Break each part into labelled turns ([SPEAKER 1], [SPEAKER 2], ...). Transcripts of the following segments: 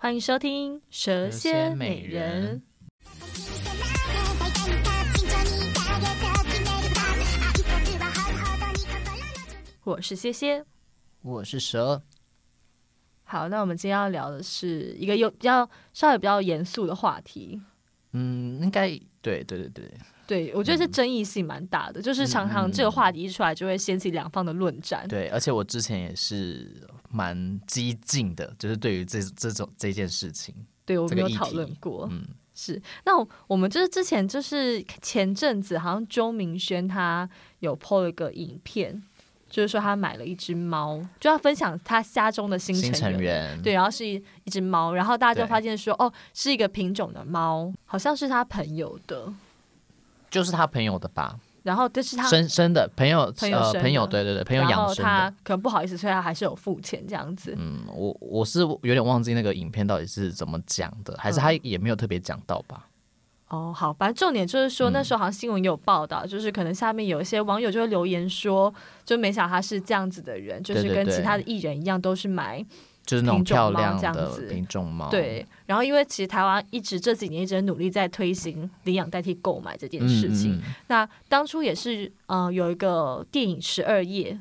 [SPEAKER 1] 欢迎收听《蛇蝎美
[SPEAKER 2] 蛇蝎美
[SPEAKER 1] 人
[SPEAKER 2] 人》。
[SPEAKER 1] 我是蝎蝎。
[SPEAKER 2] 我是蛇，
[SPEAKER 1] 好，那我们今天要聊的是一个有比较稍微比较严肃的话题。
[SPEAKER 2] 嗯，应该对对对对，
[SPEAKER 1] 嗯对，我觉得是争议性蛮大
[SPEAKER 2] 嗯
[SPEAKER 1] 的，就是常常这个话题一出来，就会掀起两方的论战。
[SPEAKER 2] 对，而且我之前也是蛮激进的，就是对于这这种这件事情，
[SPEAKER 1] 对，我
[SPEAKER 2] 这
[SPEAKER 1] 们
[SPEAKER 2] 个
[SPEAKER 1] 有
[SPEAKER 2] 议
[SPEAKER 1] 讨
[SPEAKER 2] 题
[SPEAKER 1] 论过。
[SPEAKER 2] 嗯，
[SPEAKER 1] 是，那我我们就是之前就是前阵子，好像周明轩他有 PO 了一个影片，就是说他买了一只猫，就要分享他家中的新
[SPEAKER 2] 新
[SPEAKER 1] 成
[SPEAKER 2] 成
[SPEAKER 1] 员。
[SPEAKER 2] 员，
[SPEAKER 1] 对，然后是一一只猫，然后大家就
[SPEAKER 2] 嗯对
[SPEAKER 1] 发现说，哦，是一个品种的猫，好像是他朋友的，
[SPEAKER 2] 就是他朋友的吧，
[SPEAKER 1] 然后这是他，
[SPEAKER 2] 生生的朋友，
[SPEAKER 1] 朋友
[SPEAKER 2] 呃，
[SPEAKER 1] 生的
[SPEAKER 2] 朋友，对对对，朋友
[SPEAKER 1] 然
[SPEAKER 2] 养
[SPEAKER 1] 后
[SPEAKER 2] 生
[SPEAKER 1] 他
[SPEAKER 2] 的。
[SPEAKER 1] 可能不好意思，所以他还是有付钱这样子。
[SPEAKER 2] 嗯，我我是有点忘记那个影片到底是怎么讲的，
[SPEAKER 1] 嗯
[SPEAKER 2] 还是他也没有特别讲到吧？
[SPEAKER 1] 哦，好，反正重点就是
[SPEAKER 2] 嗯
[SPEAKER 1] 说，那时候好像新闻有报道，就是可能下面有一些网友就会留言说，就没想到他是这样子的人，就是
[SPEAKER 2] 对对
[SPEAKER 1] 跟
[SPEAKER 2] 对
[SPEAKER 1] 其他的艺人一样，都是买
[SPEAKER 2] 就是那种
[SPEAKER 1] 品种猫
[SPEAKER 2] 漂亮
[SPEAKER 1] 这样
[SPEAKER 2] 的
[SPEAKER 1] 子
[SPEAKER 2] 品种猫，
[SPEAKER 1] 对。然后因为其实台湾一直这几年一直很努力在推行领养代替购买这件
[SPEAKER 2] 嗯，
[SPEAKER 1] 事情。
[SPEAKER 2] 嗯嗯
[SPEAKER 1] 那当初也是，呃，有一个电影《十二夜》，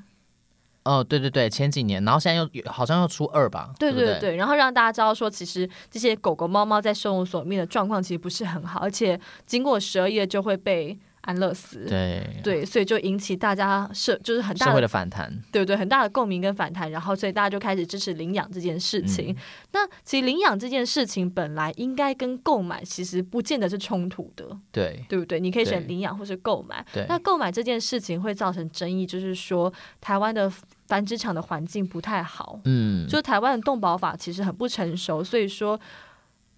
[SPEAKER 2] 哦，对对对，前几年，然后现在又好像又出二吧？
[SPEAKER 1] 对
[SPEAKER 2] 对
[SPEAKER 1] 对，然后让大家知道说，其实这些狗狗、猫猫在收容所里面的状况其实不是很好，而且经过十二夜就会被安乐死。
[SPEAKER 2] 对
[SPEAKER 1] 对，所以就引起大家社就是很
[SPEAKER 2] 社
[SPEAKER 1] 大
[SPEAKER 2] 会
[SPEAKER 1] 的
[SPEAKER 2] 的反弹，
[SPEAKER 1] 对对，很大的共鸣跟反弹，然后所以大家就开始支持领养这件事情。
[SPEAKER 2] 嗯
[SPEAKER 1] 那其实领养这件事情本来应该跟购买其实不见得是冲突的，
[SPEAKER 2] 对
[SPEAKER 1] 对不对？你可以选
[SPEAKER 2] 对
[SPEAKER 1] 领养或是购买。
[SPEAKER 2] 对。
[SPEAKER 1] 那购买这件事情会造成争议，就是说台湾的繁殖场的环境不太好，
[SPEAKER 2] 嗯，
[SPEAKER 1] 就台湾的动保法其实很不成熟，所以说。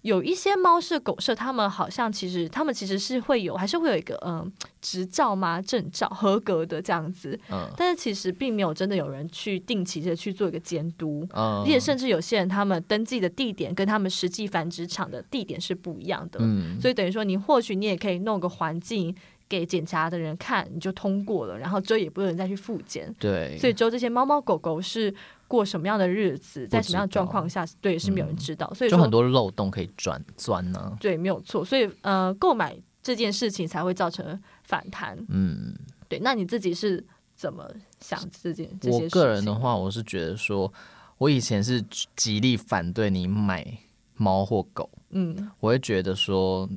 [SPEAKER 1] 有一些猫舍、狗舍，他们好像其实他们其实是会有，还是会有一个嗯执照吗？证照合格的这样子，
[SPEAKER 2] 嗯
[SPEAKER 1] 但是其实并没有真的有人去定期的去做一个监督，
[SPEAKER 2] 嗯
[SPEAKER 1] 而且甚至有些人他们登记的地点跟他们实际繁殖场的地点是不一样的，
[SPEAKER 2] 嗯，
[SPEAKER 1] 所以等于说你或许你也可以弄个环境给检查的人看，你就通过了，然后之后也不能再去复检。
[SPEAKER 2] 对，
[SPEAKER 1] 所以之后这些猫猫狗狗是过什么样的日子，在什么样的状况下，对是没有人知道，所以
[SPEAKER 2] 嗯就
[SPEAKER 1] 说
[SPEAKER 2] 很多漏洞可以钻钻呢、
[SPEAKER 1] 对没有错，所以呃购买这件事情才会造成反弹。
[SPEAKER 2] 嗯，
[SPEAKER 1] 对，那你自己是怎么想这件这些
[SPEAKER 2] 我
[SPEAKER 1] 事情？
[SPEAKER 2] 个人的话，我是觉得说，我以前是极力反对你买猫或狗，
[SPEAKER 1] 嗯。
[SPEAKER 2] 我会觉得说，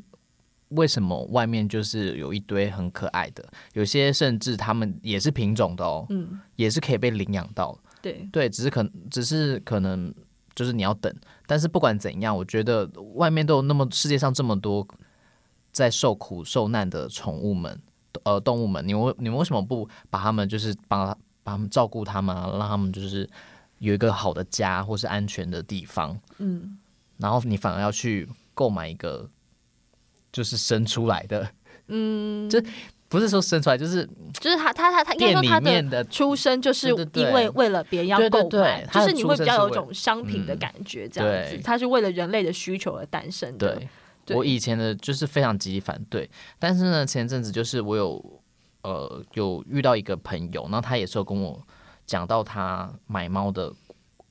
[SPEAKER 2] 为什么外面就是有一堆很可爱的，有些甚至他们也是品种的哦，
[SPEAKER 1] 嗯
[SPEAKER 2] 也是可以被领养到的，，
[SPEAKER 1] 对，
[SPEAKER 2] 对，只是可只是可能就是你要等，但是不管怎样，我觉得外面都有那么世界上这么多在受苦受难的宠物们，呃，动物们，你为你们为什么不把他们就是帮他把他们照顾他们、啊，让他们就是有一个好的家或是安全的地方，
[SPEAKER 1] 嗯，
[SPEAKER 2] 然后你反而要去购买一个就是生出来的，嗯， 就不是说生出来，就是
[SPEAKER 1] 就是他他他他应该
[SPEAKER 2] 店
[SPEAKER 1] 说
[SPEAKER 2] 里
[SPEAKER 1] 他
[SPEAKER 2] 面
[SPEAKER 1] 的
[SPEAKER 2] 的
[SPEAKER 1] 出生就是
[SPEAKER 2] 对对对
[SPEAKER 1] 因为为了别人要
[SPEAKER 2] 对对
[SPEAKER 1] 购
[SPEAKER 2] 对
[SPEAKER 1] 买，
[SPEAKER 2] 他的
[SPEAKER 1] 就是你会比较有一种商品
[SPEAKER 2] 出生是为嗯
[SPEAKER 1] 的感觉，这样子，
[SPEAKER 2] 对
[SPEAKER 1] 它是为了人类的需求而诞生的。
[SPEAKER 2] 对，
[SPEAKER 1] 对
[SPEAKER 2] 我以前的就是非常极力反对，但是呢，前阵子就是我有呃有遇到一个朋友，然后他也是有跟我讲到他买猫的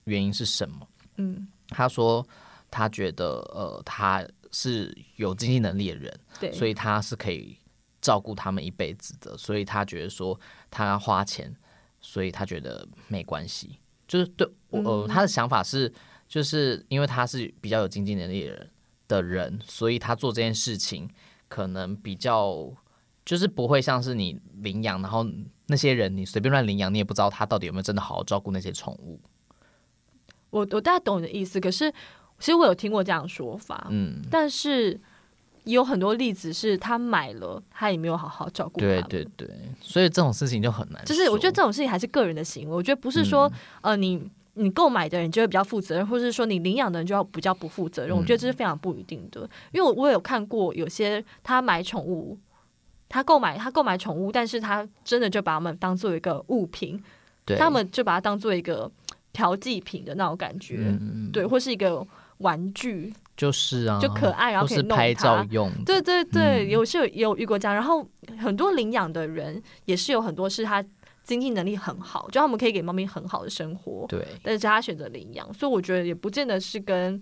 [SPEAKER 2] 原因是什么。
[SPEAKER 1] 嗯，
[SPEAKER 2] 他说他觉得呃他是有经济能力的人，
[SPEAKER 1] 对，
[SPEAKER 2] 所
[SPEAKER 1] 以
[SPEAKER 2] 以他是可以照顾他们一辈子的，所以他觉得说他花钱，所以他觉得没关系，就是对我呃
[SPEAKER 1] 嗯
[SPEAKER 2] 他的想法是，就是因为他是比较有经济能力的人的人，所以他做这件事情可能比较就是不会像是你领养，然后那些人你随便乱领养，你也不知道他到底有没有真的好好照顾那些宠物，
[SPEAKER 1] 我我大概懂你的意思，可是其实我有听过这样的说法，
[SPEAKER 2] 嗯，
[SPEAKER 1] 但是也有很多例子是他买了，他也没有好好照顾他
[SPEAKER 2] 对
[SPEAKER 1] 们。
[SPEAKER 2] 对对，所以这种事情就很难
[SPEAKER 1] 就
[SPEAKER 2] 说，
[SPEAKER 1] 是我觉得这种事情还是个人的行为，我觉得不是说、
[SPEAKER 2] 嗯
[SPEAKER 1] 呃你你购买的人就会比较负责任，或者是说你领养的人就要比较不负责
[SPEAKER 2] 嗯
[SPEAKER 1] 任，我觉得这是非常不一定的。因为我我有看过有些他买宠物，他购买他购买宠物，但是他真的就把它们当做一个物品，
[SPEAKER 2] 对
[SPEAKER 1] 他们就把它当做一个调剂品的那种感觉，
[SPEAKER 2] 嗯
[SPEAKER 1] 对，或是一个玩具，
[SPEAKER 2] 就是啊，
[SPEAKER 1] 就可爱然后
[SPEAKER 2] 或
[SPEAKER 1] 可以
[SPEAKER 2] 是
[SPEAKER 1] 弄
[SPEAKER 2] 拍
[SPEAKER 1] 它
[SPEAKER 2] 照用的，嗯
[SPEAKER 1] 对对对，有是有也有遇过这样，然后很多领养的人也是有很多是他经济能力很好，就他们可以给猫咪很好的生活，
[SPEAKER 2] 对
[SPEAKER 1] 但是他选择领养，所以我觉得也不见得是跟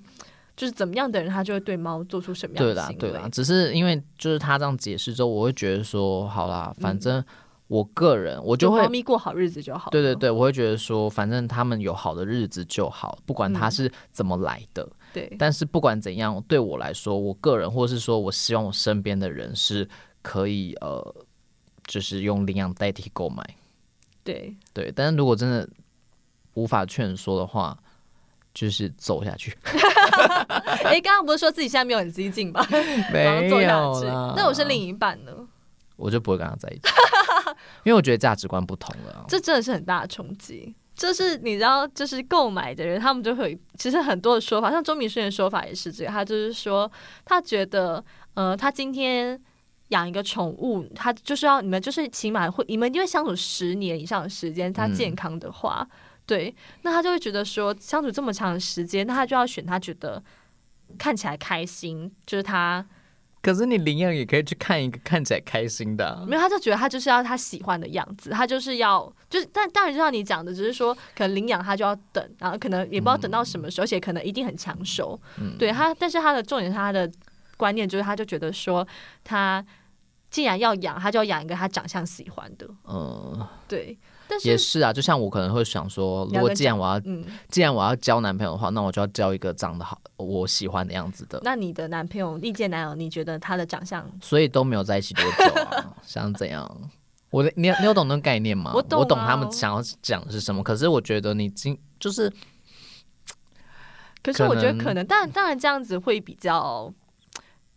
[SPEAKER 1] 就是怎么样的人，他就会对猫做出什么样
[SPEAKER 2] 对
[SPEAKER 1] 的
[SPEAKER 2] 啦
[SPEAKER 1] 行为。
[SPEAKER 2] 对啦，只是因为就是他这样解释之后，我会觉得说，好啦，反
[SPEAKER 1] 嗯
[SPEAKER 2] 正我个人我就
[SPEAKER 1] 就
[SPEAKER 2] 会
[SPEAKER 1] 猫咪过好日子就好了。
[SPEAKER 2] 对对对，我会觉得说，反正他们有好的日子就好，不管他
[SPEAKER 1] 嗯
[SPEAKER 2] 是怎么来的。
[SPEAKER 1] 对
[SPEAKER 2] 但是不管怎样，对我来说，我个人或是说我希望我身边的人是可以呃，就是用领养代替购买。
[SPEAKER 1] 对
[SPEAKER 2] 对，但是如果真的无法劝说的话，就是走下 去。
[SPEAKER 1] 哎，刚刚不是说自己现在没有很激进吧？ 然后
[SPEAKER 2] 没
[SPEAKER 1] 做
[SPEAKER 2] 有
[SPEAKER 1] 下去。
[SPEAKER 2] 啦，
[SPEAKER 1] 那我是另一半呢？
[SPEAKER 2] 我就不会跟他在一起，因为我觉得价值观不同了啊。
[SPEAKER 1] 这真的是很大的冲击。就是你知道，就是购买的人，他们就会有其实很多的说法，像钟明轩的说法也是这个，他就是说他觉得，呃，他今天养一个宠物，他就是要你们就是起码会你们因为相处十年以上的时间，他
[SPEAKER 2] 嗯
[SPEAKER 1] 健康的话，对，那他就会觉得说相处这么长的时间，那他就要选他觉得看起来开心，就是他
[SPEAKER 2] 可是你领养也可以去看一个看起来开心的啊、
[SPEAKER 1] 没有，他就觉得他就是要他喜欢的样子，他就是要就是，但当然就像你讲的，只是说可能领养他就要等，然后可能也不知道等到什么时候，而且可能一定很抢手。
[SPEAKER 2] 嗯
[SPEAKER 1] 对他，但是他的重点是他的观念就是，他就觉得说他既然要养，他就要养一个他长相喜欢的。
[SPEAKER 2] 嗯，
[SPEAKER 1] 对，但
[SPEAKER 2] 也
[SPEAKER 1] 是
[SPEAKER 2] 是啊。就像我可能会想说，
[SPEAKER 1] 你
[SPEAKER 2] 如
[SPEAKER 1] 要
[SPEAKER 2] 果
[SPEAKER 1] 跟
[SPEAKER 2] 既然我要
[SPEAKER 1] 嗯，
[SPEAKER 2] 既然我要交男朋友的话，那我就要交一个长得好我喜欢的样子的，
[SPEAKER 1] 那你的男朋友历届男友，你觉得他的长相？
[SPEAKER 2] 所以都没有在一起多久啊，想怎样？我的你有你有懂那个概念吗？
[SPEAKER 1] 我
[SPEAKER 2] 我
[SPEAKER 1] 懂啊
[SPEAKER 2] 他们想要讲的是什么，可是我觉得你今就是
[SPEAKER 1] 可是我觉得
[SPEAKER 2] 可
[SPEAKER 1] 可能，但当然这样子会比较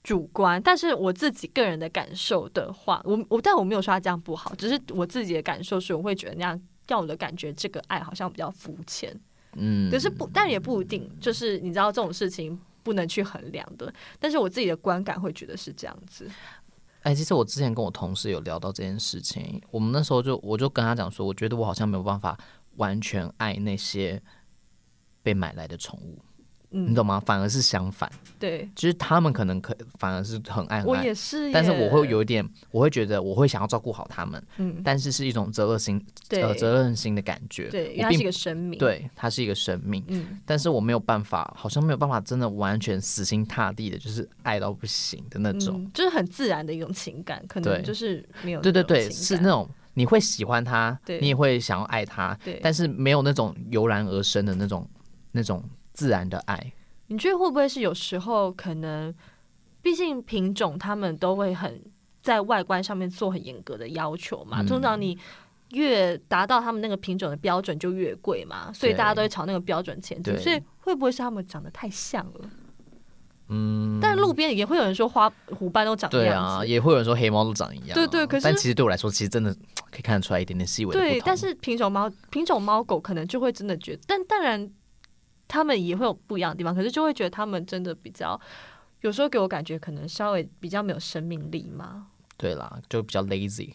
[SPEAKER 1] 主观。但是我自己个人的感受的话，我我但我没有说他这样不好，只是我自己的感受是，我会觉得那样让我的感觉这个爱好像比较肤浅。
[SPEAKER 2] 嗯，
[SPEAKER 1] 可是不，但也不一定，就是你知道这种事情不能去衡量的。但是我自己的观感会觉得是这样子。
[SPEAKER 2] 哎，其实我之前跟我同事有聊到这件事情，我们那时候就我就跟他讲说，我觉得我好像没有办法完全爱那些被买来的宠物，你
[SPEAKER 1] 嗯，
[SPEAKER 2] 懂吗？反而是相反，
[SPEAKER 1] 对，
[SPEAKER 2] 就是他们可能可反而是很爱很
[SPEAKER 1] 我
[SPEAKER 2] 爱，
[SPEAKER 1] 也是耶，
[SPEAKER 2] 但是我会有一点，我会觉得我会想要照顾好他们，
[SPEAKER 1] 嗯，
[SPEAKER 2] 但是是一种责任心，
[SPEAKER 1] 对
[SPEAKER 2] 呃，责任心的感觉。
[SPEAKER 1] 对，因为
[SPEAKER 2] 我
[SPEAKER 1] 它是一
[SPEAKER 2] 并
[SPEAKER 1] 个生命，，
[SPEAKER 2] 对，它是一个生命，
[SPEAKER 1] 嗯，
[SPEAKER 2] 但是我没有办法，好像没有办法真的完全死心塌地的，就是爱到不行的那种。
[SPEAKER 1] 嗯，就是很自然的一种情感，可能
[SPEAKER 2] 对
[SPEAKER 1] 就是没有
[SPEAKER 2] 对对
[SPEAKER 1] 那种
[SPEAKER 2] 对，
[SPEAKER 1] 情
[SPEAKER 2] 是
[SPEAKER 1] 感
[SPEAKER 2] 那种你会喜欢他
[SPEAKER 1] 对，
[SPEAKER 2] 你也会想要爱他，
[SPEAKER 1] 对，
[SPEAKER 2] 但是没有那种油然而生的那种那种自然的爱。
[SPEAKER 1] 你觉得会不会是有时候可能，毕竟品种他们都会很在外观上面做很严格的要求嘛，
[SPEAKER 2] 嗯
[SPEAKER 1] 通常你。越达到他们那个品种的标准就越贵嘛，所以大家都会朝那个标准前进。
[SPEAKER 2] 对
[SPEAKER 1] 所以会不会是他们长得太像了？嗯，但路边也会有人说花虎斑都长那
[SPEAKER 2] 对
[SPEAKER 1] 样
[SPEAKER 2] 啊，
[SPEAKER 1] 子，
[SPEAKER 2] 也会有人说黑猫都长一样啊、
[SPEAKER 1] 对对可是
[SPEAKER 2] 但其实对我来说，其实真的可以看得出来一点点细微的不同。
[SPEAKER 1] 对。但是品种猫、品种猫狗可能就会真的觉得，但当然他们也会有不一样的地方，可是就会觉得他们真的比较，有时候给我感觉可能稍微比较没有生命力嘛。
[SPEAKER 2] 对啦，就比较 lazy。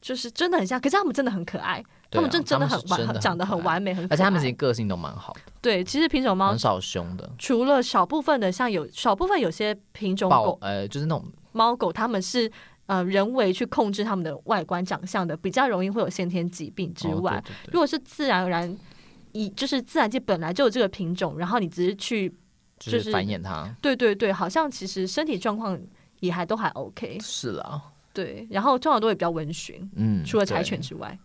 [SPEAKER 1] 就是真的很像，可是他们真的很可爱，
[SPEAKER 2] 对啊
[SPEAKER 1] 们真真的很
[SPEAKER 2] 他们是真的
[SPEAKER 1] 完，
[SPEAKER 2] 很
[SPEAKER 1] 长得很
[SPEAKER 2] 可爱
[SPEAKER 1] 完美，很可
[SPEAKER 2] 而且他们
[SPEAKER 1] 爱
[SPEAKER 2] 其实个性都蛮好的，
[SPEAKER 1] 对，其实品种猫
[SPEAKER 2] 很少凶的。
[SPEAKER 1] 除了少部分的，像有少部分有些品种
[SPEAKER 2] 暴
[SPEAKER 1] 狗
[SPEAKER 2] 呃，就是那种
[SPEAKER 1] 猫狗，它们是呃人为去控制它们的外观长相的，比较容易会有先天疾病之
[SPEAKER 2] 哦
[SPEAKER 1] 外，
[SPEAKER 2] 对对
[SPEAKER 1] 如
[SPEAKER 2] 对
[SPEAKER 1] 果是自然而然。以就是自然界本来就有这个品种，然后你只是去就
[SPEAKER 2] 就
[SPEAKER 1] 是
[SPEAKER 2] 是繁衍它。
[SPEAKER 1] 对对对，好像其实身体状况也还都还 OK，
[SPEAKER 2] 是啦，
[SPEAKER 1] 对，然后通常都会比较温驯，
[SPEAKER 2] 嗯，
[SPEAKER 1] 除了柴
[SPEAKER 2] 对
[SPEAKER 1] 犬之 外，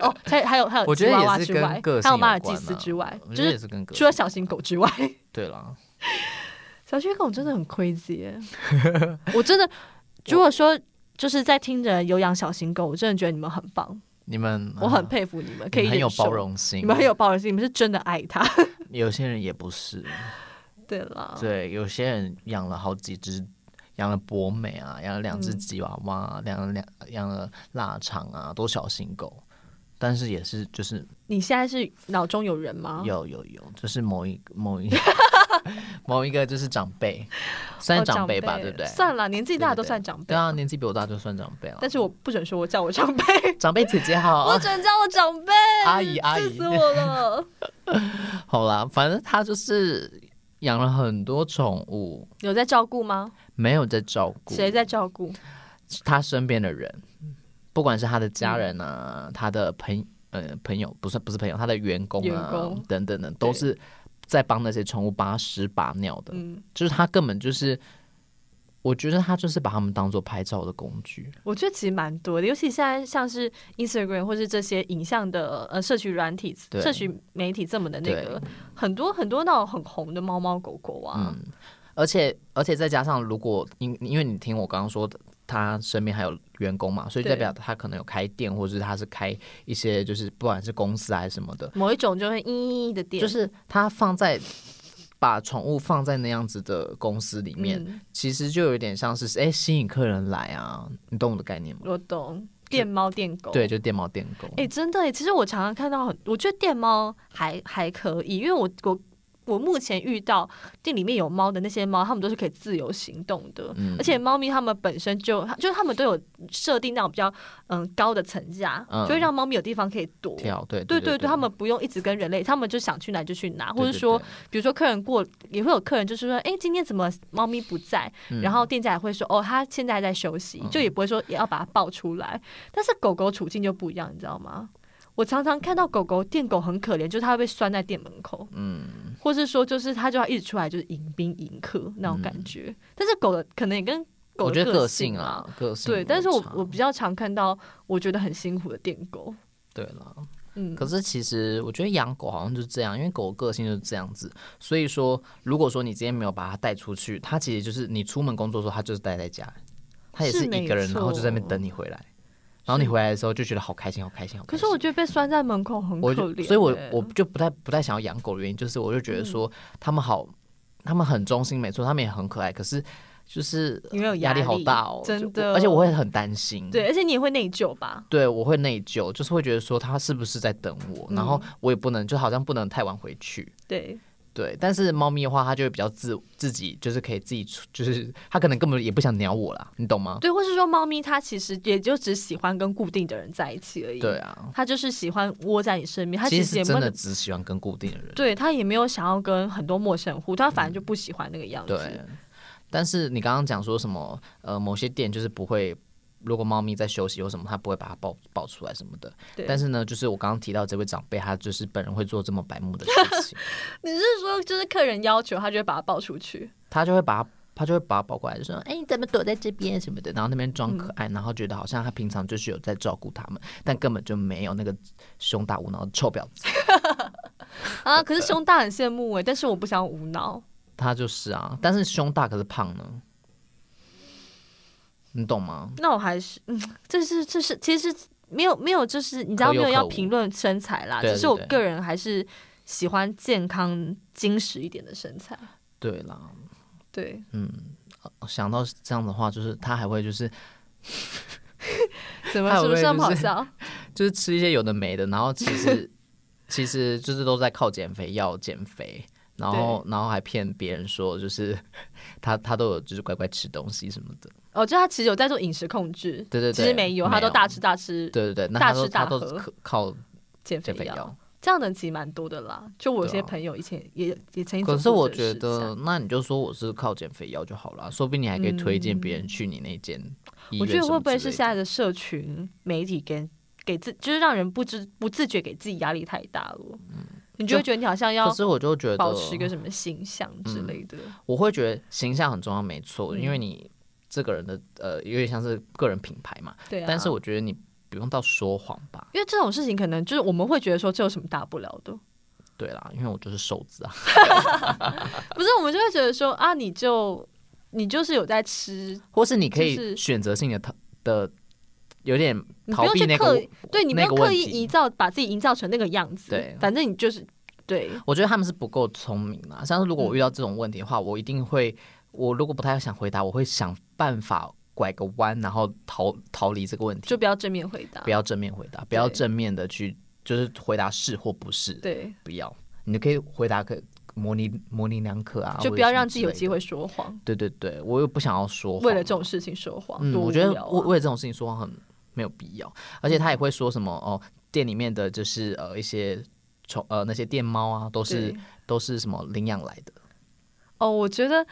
[SPEAKER 1] 哦，还还有还有
[SPEAKER 2] 我觉得
[SPEAKER 1] 吉娃
[SPEAKER 2] 也
[SPEAKER 1] 娃
[SPEAKER 2] 是
[SPEAKER 1] 之
[SPEAKER 2] 跟
[SPEAKER 1] 外
[SPEAKER 2] 个，
[SPEAKER 1] 还
[SPEAKER 2] 性
[SPEAKER 1] 有马
[SPEAKER 2] 有
[SPEAKER 1] 尔济
[SPEAKER 2] 关
[SPEAKER 1] 斯
[SPEAKER 2] 啊
[SPEAKER 1] 之外，
[SPEAKER 2] 我
[SPEAKER 1] 就
[SPEAKER 2] 觉得也
[SPEAKER 1] 是
[SPEAKER 2] 是跟个
[SPEAKER 1] 除了
[SPEAKER 2] 性
[SPEAKER 1] 小型狗之外，
[SPEAKER 2] 对啦，
[SPEAKER 1] 小型狗真的很 crazy 耶我真的，如果说就是在听着有养小型狗，我真的觉得你们很棒，
[SPEAKER 2] 你们
[SPEAKER 1] 我很
[SPEAKER 2] 啊
[SPEAKER 1] 佩服你们，可
[SPEAKER 2] 你
[SPEAKER 1] 以
[SPEAKER 2] 们很有
[SPEAKER 1] 忍受
[SPEAKER 2] 包，容心，
[SPEAKER 1] 你们很有包容心，你们是真的爱它。
[SPEAKER 2] 有些人也不是，
[SPEAKER 1] 对了，
[SPEAKER 2] 对，有些人养了好几只，养了博美啊，养了两只
[SPEAKER 1] 嗯
[SPEAKER 2] 吉娃娃啊，养了两养了腊肠啊，都小型狗，但是也是就是
[SPEAKER 1] 你现在是脑中有人吗？哦
[SPEAKER 2] 有有有，就是某一某 一 某一个就是长辈，算
[SPEAKER 1] 哦
[SPEAKER 2] 长
[SPEAKER 1] 辈
[SPEAKER 2] 辈吧，对不对？
[SPEAKER 1] 算了，年纪大
[SPEAKER 2] 对
[SPEAKER 1] 都
[SPEAKER 2] 对
[SPEAKER 1] 算长辈
[SPEAKER 2] 对，啊，年纪比我大就算长辈了
[SPEAKER 1] 但，是我不准说我叫我长 辈，
[SPEAKER 2] 长辈姐 姐
[SPEAKER 1] 我
[SPEAKER 2] 好，
[SPEAKER 1] 只能叫我长辈，
[SPEAKER 2] 哦阿姨阿
[SPEAKER 1] 气
[SPEAKER 2] 姨
[SPEAKER 1] 死，我 了。
[SPEAKER 2] 好啦，反正他就是养了很多宠物，
[SPEAKER 1] 有在照顾吗？
[SPEAKER 2] 没有在照顾，
[SPEAKER 1] 谁在照顾？
[SPEAKER 2] 他身边的人，不管是他的家人啊，他的朋呃朋友，不是不是朋友，他的员工啊
[SPEAKER 1] 员工
[SPEAKER 2] 等等的，都是在帮那些宠物把屎把尿的，
[SPEAKER 1] 嗯，
[SPEAKER 2] 就是他根本就是，我觉得他就是把他们当做拍照的工具。
[SPEAKER 1] 我觉得其实蛮多的，尤其现在像是 Instagram 或是这些影像的呃社群软体、
[SPEAKER 2] 对
[SPEAKER 1] 社群媒体这么的那
[SPEAKER 2] 对
[SPEAKER 1] 个，很多很多那种很红的猫猫狗狗啊，
[SPEAKER 2] 嗯，而且而且再加上，如果因因为你听我刚刚说的，他身边还有员工嘛，所以
[SPEAKER 1] 对
[SPEAKER 2] 代表他可能有开店，或者是他是开一些就是不管是公司还是什么的，
[SPEAKER 1] 某一种就会嘤嘤的电，
[SPEAKER 2] 就是他放在把宠物放在那样子的公司里面，
[SPEAKER 1] 嗯、
[SPEAKER 2] 其实就有点像是哎、诶吸引客人来啊，你懂我的概念吗？
[SPEAKER 1] 我懂，电猫电狗，
[SPEAKER 2] 对，就电猫电狗。
[SPEAKER 1] 哦哎、真的耶！其实我常常看到很，我觉得电猫还还可以，因为我我我目前遇到店里面有猫的那些猫，它们都是可以自由行动的，
[SPEAKER 2] 嗯
[SPEAKER 1] 而且猫咪它们本身就就是它们都有设定那种比较嗯高的层架，
[SPEAKER 2] 嗯
[SPEAKER 1] 就会让猫咪有地方可以躲。
[SPEAKER 2] 跳对
[SPEAKER 1] 对
[SPEAKER 2] 对
[SPEAKER 1] 对对，它们不用一直跟人类，它们就想去哪就去哪，或者
[SPEAKER 2] 对
[SPEAKER 1] 说
[SPEAKER 2] 对，
[SPEAKER 1] 比如说客人过也会有客人就是说，哎，今天怎么猫咪不在？
[SPEAKER 2] 嗯
[SPEAKER 1] 然后店家也会说，哦，它现在在休息，就也不会说也要把它抱出来。但是狗狗处境就不一样，你知道吗？我常常看到狗狗电狗很可怜，就是它会被拴在店门口，
[SPEAKER 2] 嗯，
[SPEAKER 1] 或是说就是它就要一直出来就是迎宾迎客那种感觉。但是狗的可能也跟狗
[SPEAKER 2] 嗯我
[SPEAKER 1] 的
[SPEAKER 2] 觉得个
[SPEAKER 1] 性
[SPEAKER 2] 性啊，个性
[SPEAKER 1] 对。
[SPEAKER 2] 有
[SPEAKER 1] 但是我
[SPEAKER 2] 差
[SPEAKER 1] 我比较常看到，我觉得很辛苦的电狗，
[SPEAKER 2] 对了，
[SPEAKER 1] 嗯，
[SPEAKER 2] 可是其实我觉得养狗好像就是这样，因为狗的个性就是这样子，所以说如果说你今天没有把它带出去，它其实就是你出门工作的时候，它就是待在家，它也
[SPEAKER 1] 是
[SPEAKER 2] 是
[SPEAKER 1] 没
[SPEAKER 2] 一个人，
[SPEAKER 1] 错
[SPEAKER 2] 然后就在那边等你回来，然后你回来的时候就觉得好开心，好开心，好
[SPEAKER 1] 可
[SPEAKER 2] 开心。
[SPEAKER 1] 是我觉得被拴在门口很可
[SPEAKER 2] 我就
[SPEAKER 1] 怜欸、嗯
[SPEAKER 2] 所以我我就不太不太想要养狗的原因，就是我就觉得说它们好，它们很忠心，没错，它们也很可爱，可是就是
[SPEAKER 1] 因为有
[SPEAKER 2] 压
[SPEAKER 1] 力
[SPEAKER 2] 力好大哦，
[SPEAKER 1] 真
[SPEAKER 2] 就
[SPEAKER 1] 的，
[SPEAKER 2] 而且我会很担心，
[SPEAKER 1] 对，而且你也会内疚吧？
[SPEAKER 2] 对，我会内疚，就是会觉得说他是不是在等我，然后
[SPEAKER 1] 嗯
[SPEAKER 2] 我也不能，就好像不能太晚回去。
[SPEAKER 1] 对，
[SPEAKER 2] 对，但是猫咪的话，它就会比较自自己，就是可以自己出，就是它可能根本也不想鸟我啦，你懂吗？
[SPEAKER 1] 对，或是说猫咪它其实也就只喜欢跟固定的人在一起而已。
[SPEAKER 2] 对，啊，
[SPEAKER 1] 它就是喜欢窝在你身边，它
[SPEAKER 2] 其
[SPEAKER 1] 实
[SPEAKER 2] 实
[SPEAKER 1] 也
[SPEAKER 2] 是
[SPEAKER 1] 没
[SPEAKER 2] 真的
[SPEAKER 1] 有，
[SPEAKER 2] 只喜欢跟固定的人。
[SPEAKER 1] 对，它也没有想要跟很多陌生人互动，它反正就不喜欢那个样子。
[SPEAKER 2] 嗯对，但是你刚刚讲说什么？呃，某些店就是不会，如果猫咪在休息或什么，它不会把它抱抱出来什么的。
[SPEAKER 1] 对
[SPEAKER 2] 但是呢，就是我刚刚提到这位长辈，他就是本人会做这么白目的事情。
[SPEAKER 1] 你是说就是客人要求，他就会把它抱出去？
[SPEAKER 2] 他就会把他他就会把他抱过来，就说：“哎、你怎么躲在这边什么的？”然后那边装可爱，然后觉得好像他平常就是有在照顾他们，但根本就没有那个胸大无脑的臭婊子。
[SPEAKER 1] 啊，可是胸大很羡慕哎、但是我不想无脑。
[SPEAKER 2] 他就是啊，但是胸大可是胖呢，你懂吗？
[SPEAKER 1] 那我还是，嗯，这是这是其实没有没有，就是你知道
[SPEAKER 2] 可
[SPEAKER 1] 没
[SPEAKER 2] 有
[SPEAKER 1] 有要
[SPEAKER 2] 可无
[SPEAKER 1] 评论身材啦，
[SPEAKER 2] 对
[SPEAKER 1] 只是
[SPEAKER 2] 对
[SPEAKER 1] 我
[SPEAKER 2] 对
[SPEAKER 1] 个人还是喜欢健康、精实一点的身材。
[SPEAKER 2] 嗯对啦，
[SPEAKER 1] 对，
[SPEAKER 2] 想到这样的话，就是他还会就是
[SPEAKER 1] 怎么
[SPEAKER 2] 还有
[SPEAKER 1] 是不是
[SPEAKER 2] 位
[SPEAKER 1] 那么好
[SPEAKER 2] 就是
[SPEAKER 1] 笑？
[SPEAKER 2] 就是吃一些有的没的，然后其 实其实就是都在靠减肥药减肥，然后然后还骗别人说就是他他都有就是乖乖吃东西什么的。
[SPEAKER 1] 哦，就他其实有在做饮食控制，
[SPEAKER 2] 对对对，
[SPEAKER 1] 其实没有，他都大吃大吃
[SPEAKER 2] 对对对，那
[SPEAKER 1] 大
[SPEAKER 2] 他都
[SPEAKER 1] 吃大
[SPEAKER 2] 他都
[SPEAKER 1] 喝
[SPEAKER 2] 是靠
[SPEAKER 1] 减
[SPEAKER 2] 减
[SPEAKER 1] 肥
[SPEAKER 2] 肥
[SPEAKER 1] 药
[SPEAKER 2] 药。。
[SPEAKER 1] 这样的其实蛮多的啦，就我有
[SPEAKER 2] 对
[SPEAKER 1] 些
[SPEAKER 2] 啊
[SPEAKER 1] 朋友以前也、也曾经做
[SPEAKER 2] 可
[SPEAKER 1] 过
[SPEAKER 2] 是我
[SPEAKER 1] 这个
[SPEAKER 2] 觉
[SPEAKER 1] 事啊
[SPEAKER 2] 得，那你就说我是靠减肥药就好了，说不定你还可以推荐别人去你那间
[SPEAKER 1] 情，
[SPEAKER 2] 医院
[SPEAKER 1] 嗯我觉得
[SPEAKER 2] 什
[SPEAKER 1] 会
[SPEAKER 2] 么
[SPEAKER 1] 不会
[SPEAKER 2] 之
[SPEAKER 1] 是
[SPEAKER 2] 类
[SPEAKER 1] 现在
[SPEAKER 2] 的
[SPEAKER 1] 的社群媒体给给自，就是让人不知不自觉给自己压力太大了，你就会觉得你好像要
[SPEAKER 2] 嗯可是我就觉
[SPEAKER 1] 保持一个
[SPEAKER 2] 得，嗯
[SPEAKER 1] 什么形象之类的，
[SPEAKER 2] 我会觉得形象很重要，没错，因为
[SPEAKER 1] 嗯
[SPEAKER 2] 你这个人的呃，有点像是个人品牌嘛。
[SPEAKER 1] 对啊。
[SPEAKER 2] 但是我觉得你不用到说谎吧，
[SPEAKER 1] 因为这种事情可能就是我们会觉得说这有什么大不了的，
[SPEAKER 2] 对啦，因为我就是瘦子啊，
[SPEAKER 1] 不是我们就会觉得说啊，你就你就是有在吃
[SPEAKER 2] 或是你可
[SPEAKER 1] 就是
[SPEAKER 2] 以选择性的逃的，有点
[SPEAKER 1] 你不
[SPEAKER 2] 逃
[SPEAKER 1] 用
[SPEAKER 2] 避
[SPEAKER 1] 去
[SPEAKER 2] 那
[SPEAKER 1] 刻
[SPEAKER 2] 个
[SPEAKER 1] 意，对你不
[SPEAKER 2] 那
[SPEAKER 1] 用
[SPEAKER 2] 个
[SPEAKER 1] 刻
[SPEAKER 2] 问
[SPEAKER 1] 意
[SPEAKER 2] 题
[SPEAKER 1] 营造，把自己营造成那个样子。
[SPEAKER 2] 对
[SPEAKER 1] 反正你就是对，
[SPEAKER 2] 我觉得他们是不够聪明啦。像是
[SPEAKER 1] 嗯
[SPEAKER 2] 如果我遇到这种问题的话，我一定会，我如果不太想回答，我会想办法拐个弯，然后逃逃离这个问题
[SPEAKER 1] 就，啊不要正面回答。
[SPEAKER 2] 不要正面回答，不要正面的去就是回答是或不是，
[SPEAKER 1] 对，
[SPEAKER 2] 不要，你就可以回答个模棱模棱两可啊，
[SPEAKER 1] 就不要
[SPEAKER 2] 或者什么
[SPEAKER 1] 让自己有
[SPEAKER 2] 之类的
[SPEAKER 1] 机。会说谎，
[SPEAKER 2] 对对对，我又不想要说谎，
[SPEAKER 1] 为了这种事情说谎，
[SPEAKER 2] 嗯，
[SPEAKER 1] 多
[SPEAKER 2] 我
[SPEAKER 1] 无
[SPEAKER 2] 觉
[SPEAKER 1] 聊啊
[SPEAKER 2] 得为为了这种事情说谎很没有必要，而且他也会说什么哦，店里面的就是呃一些宠呃那些店猫啊，都是
[SPEAKER 1] 对
[SPEAKER 2] 都是什么领养来的，
[SPEAKER 1] 哦，我觉得